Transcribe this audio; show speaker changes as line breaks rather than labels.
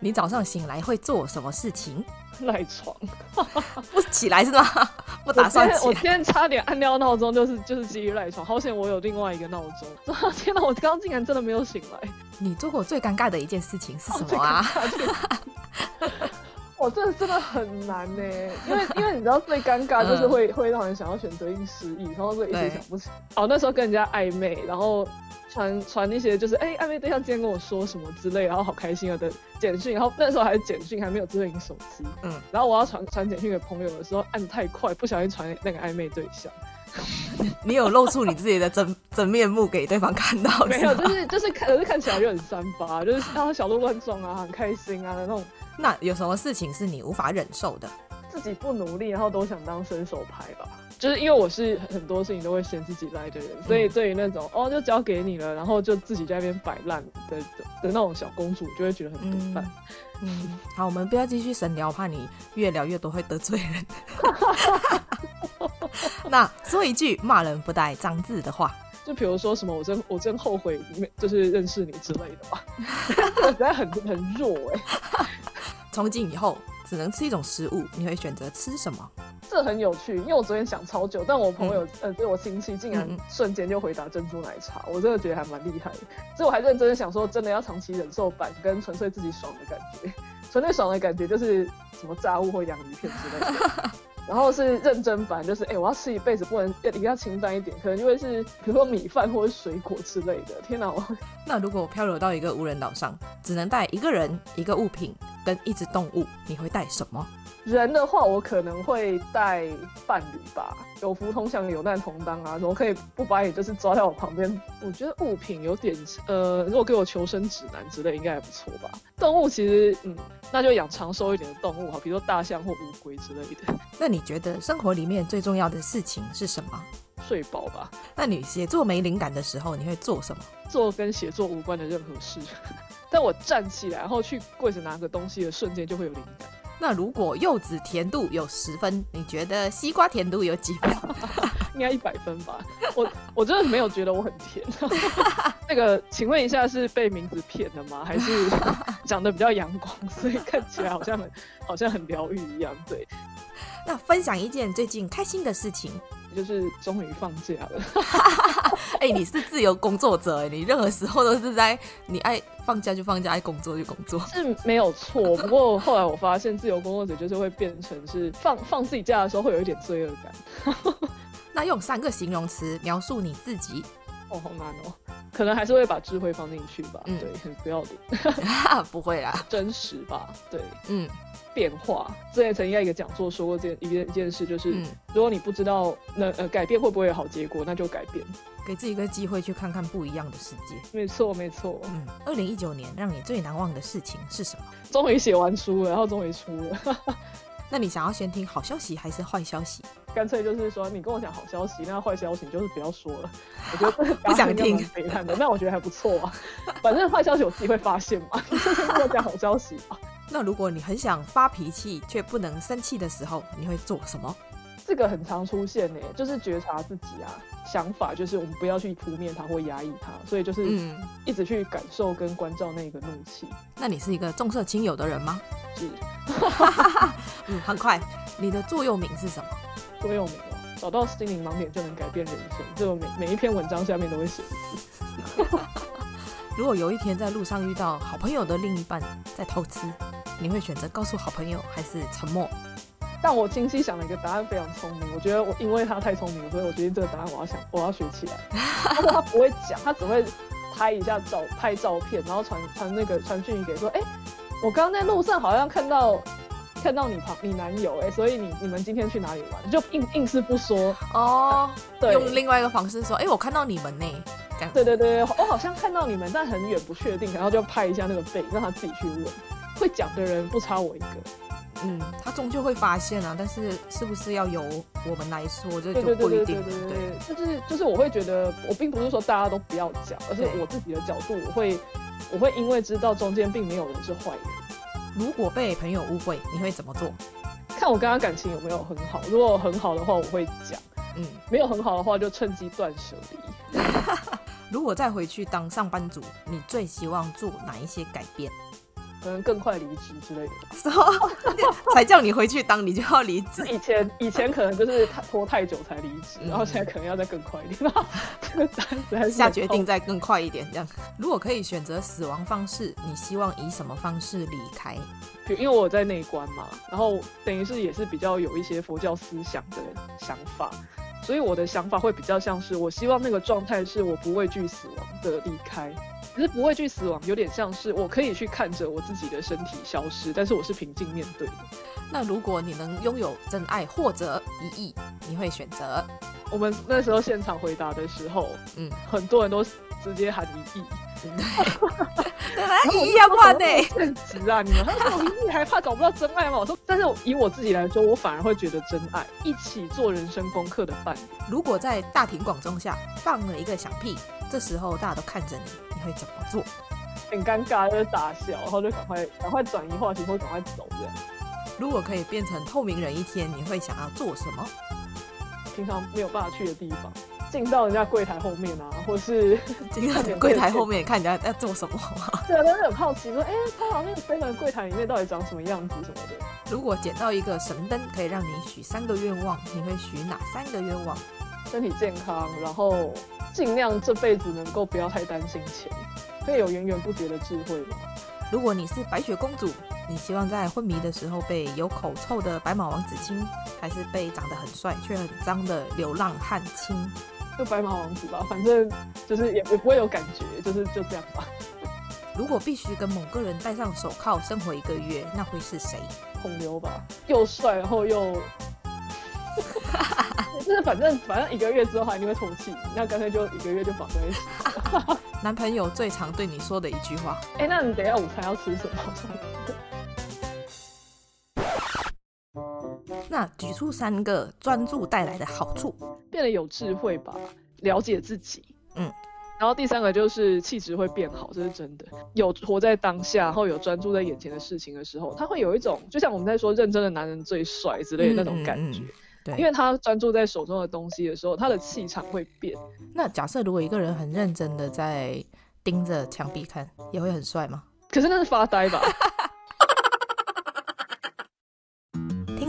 你早上醒来会做什么事情？
赖床。
不起来是吗？ 不打算起
我今天我
来
今天差点按掉闹钟，就是就是基于赖床，好险我有另外一个闹钟。 啊天哪，我刚刚竟然真的没有醒来，
你做过最尴尬的一件事情是 什
最
么啊？
尬这个我这真的很难呢、因 为因为你知道最尴尬就是会、会让人想要选择性失忆，然后就一
嗯对
直想不起来。哦，那时候跟人家暧昧，然后传传一些就是哎暧昧对象今天跟我说什么之类，然后好开心啊的简讯，然后那时候还是简讯还没有智能手机，
嗯
嗯，然后我要传传简讯给朋友的时候按太快，不小心传那个暧昧对象。
你有露出你自己的真真面目给对方看到
没
是
有，
吗？
就是就是看，可是看起来就很三八，就是啊小鹿乱撞啊，很开心啊那种，
那有什么事情是你无法忍受的？
自己不努力，然后都想当伸手牌吧。就是因为我是很多事情都会嫌自己赖的人，所
嗯
以对于那种哦就交给你了，然后就自己在那边摆烂的的的那种小公主，就会觉得
嗯
很毒贩。
嗯，好，我们不要继续深聊，怕你越聊越多会得罪人。 那说一句骂人不带脏字的话，
就比如说什么我真我真后悔没就是认识你之类的 吧，我实在很很弱哎、
从今以后只能吃一种食物，你会选择吃什么？
这很有趣，因为我昨天想超久，但我朋友、呃，就是我亲戚，竟然
嗯嗯嗯
瞬间就回答珍珠奶茶，我真的觉得还蛮厉害的。所以我还认真的想说，真的要长期忍受版跟纯粹自己爽的感觉，纯粹爽的感觉就是什么炸物或洋芋片之类的。 然后是认真版，就是哎、我要吃一辈子，不能一定要清淡一点，可能就会是比如说米饭或者水果之类的。天哪，我
那如果漂流到一个无人岛上，只能带一个人、一个物品跟一只动物，你会带什么？
人的话，我可能会带伴侣吧，有福同享，有难同当啊，怎么可以不把你就是抓在我旁边？我觉得物品有点呃，如果给我求生指南之类，应该还不错吧。动物其实嗯，那就养长寿一点的动物哈，比如说大象或乌龟之类的，
那你觉得生活里面最重要的事情是什么？
睡饱吧。
那你写作没灵感的时候，你会做什么？
做跟写作无关的任何事， 但我站起来然后去柜子拿个东西的瞬间就会有灵感。
那如果柚子甜度有十分，你觉得西瓜甜度有几分？
应该一百分吧。我我真的没有觉得我很甜。 那个，请问一下，是被名字骗的吗？还 是长得比较阳光，所以看起来好像很好像很疗愈一样？对，
那分享一件最近开心的事情。
就是终于放假了。
哎、你是自由工作者、哎，你任何时候都是在你爱放假就放假，爱工作就 工作。
是没有错，不过后来我发现，自由工作者就是会变成是放放自己假的时候会有一点罪恶感。
那用三个形容词描述你自己，
哦，好难哦，可能还是会把智慧放进去吧。
嗯
对，很不要脸，
啊不会啦，
真实吧？对，
嗯
变化。之前曾经在一个讲座说过这一件一件事，就是。
嗯，
如果你不知道那呃改变会不会有好结果，那就改变。
给自己一个机会去看看不一样的世界。
没错，没错。
嗯，二零一九年让你最难忘的事情是什么？
终于写完书了，然后终于出了，
那你想要先听好消息还是坏消息？
干脆就是说你跟我讲好消息，那坏消息你就是不要说了。我觉得
不想听
北烂的，那我觉得还不错 啊。反正坏消息我自己会发现嘛， 你就是跟我讲好消息啊吧。
那如果你很想发脾气却不能生气的时候，你会做什么？
这个很常出现呢、就是觉察自己啊，想法就是我们不要去扑灭它或压抑它，所以就是
嗯，
一直去感受跟关照那个怒气。
那你是一个重色轻友的人吗？
是
嗯，很快，你的座右铭是什么？
座右铭哦，找到心灵盲点就能改变人生。这个每每一篇文章下面都会写。
如果有一天在路上遇到好朋友的另一半在偷吃，你会选择告诉好朋友还是沉默？
但我近期想了一个答案，非常聪明。我觉得我因为他太聪明了，所以我决定这个答案我要想，我要学起来。他说他不会讲，他只会拍一下照，拍照片，然后传传那个传讯息给说，哎、我刚刚在路上好像看到。看到你旁你男友哎、所以你你们今天去哪里玩？就硬硬是不说，
哦，
对
用另外一个方式说，哎、我看到你们呢，这样
对对对，我好像看到你们，但很远不确定，然后就拍一下那个背，让他自己去问。会讲的人不差我一个，
嗯，他终究会发现啊，但是是不是要由我们来说，这
对
就
对
不一
对对
定
对
了。
对对，就是就是我会觉得，我并不是说大家都不要讲，而是
对
我自己的角度，我会我会因为知道中间并没有人是坏人，
如果被朋友误会，你会怎么做？
看我跟他感情有没有很好，如果很好的话我会讲，
嗯，
没有很好的话就趁机断舍离。
如果再回去当上班族，你最希望做哪一些改变？
可能更快离职之类的。
说才叫你回去当，你就要离职
就。 以前以前可能就是太拖太久才离职，
嗯
然后现在可能要再更快一点。 然后这个答案实在是
下决
很痛
定再更快一点，这样。如果可以选择死亡方式，你希望以什么方式离开？
苦，因为我在内观嘛，然后等于是也是比较有一些佛教思想的想法，所以我的想法会比较像是我希望那个状态是我不畏惧死亡的离开。可是不畏惧死亡，有点像是我可以去看着我自己的身体消失，但是我是平静面对的。
那如果你能拥有真爱或者一亿，你会选 择？
我们那时候现场回答的时候，
嗯，
很多人都直接喊一亿，
对吧？哎一亿要换呢？
正直啊！你们他说一亿还怕找不到真爱吗？我说，但是以我自己来说，我反而会觉得真爱，一起做人生功课的伴侣。
如果在大庭广众下放了一个响屁，这时候大家都看着你，你会怎么做？
很尴尬，就是大笑，然后就赶快赶快转移话题，或者赶快走这样。
如果可以变成透明人一天，你会想要做什么？
平常没有办法去的地方，进到人家柜台后面啊，或是
经常在柜台后面看人家在做什么。
对啊，但是很好奇说，哎、他好像那个飞轮柜台里面到底长什么样子什么的。
如果捡到一个神灯，可以让你许三个愿望，你会许哪三个愿望？
身体健康，然后尽量这辈子能够不要太担心钱，可以有源源不绝的智慧嘛。
如果你是白雪公主，你希望在昏迷的时候被有口臭的白马王子亲，还是被长得很帅却很脏的流浪汉亲？
就白马王子吧，反正就是也也不会有感觉，就是就这样吧。
如果必须跟某个人戴上手铐生活一个月，那会是谁？
孔刘吧，又帅，然后又，就是反正反正一个月之后他一定会唾弃你，那干脆就一个月就绑在一起。
男朋友最常对你说的一句话。
哎、那你等一下午餐要吃什么？
那举出三个专注带来的好处。
变得有智慧吧，了解自己。
嗯
嗯，然后第三个就是气质会变好，这是真的。有活在当下，然后有专注在眼前的事情的时候，他会有一种就像我们在说认真的男人最帅之类的那种感觉。
嗯嗯嗯对
因为他专注在手中的东西的时候，他的气场会变。
那假设如果一个人很认真的在盯着墙壁看，也会很帅吗？
可是那是发呆吧？
听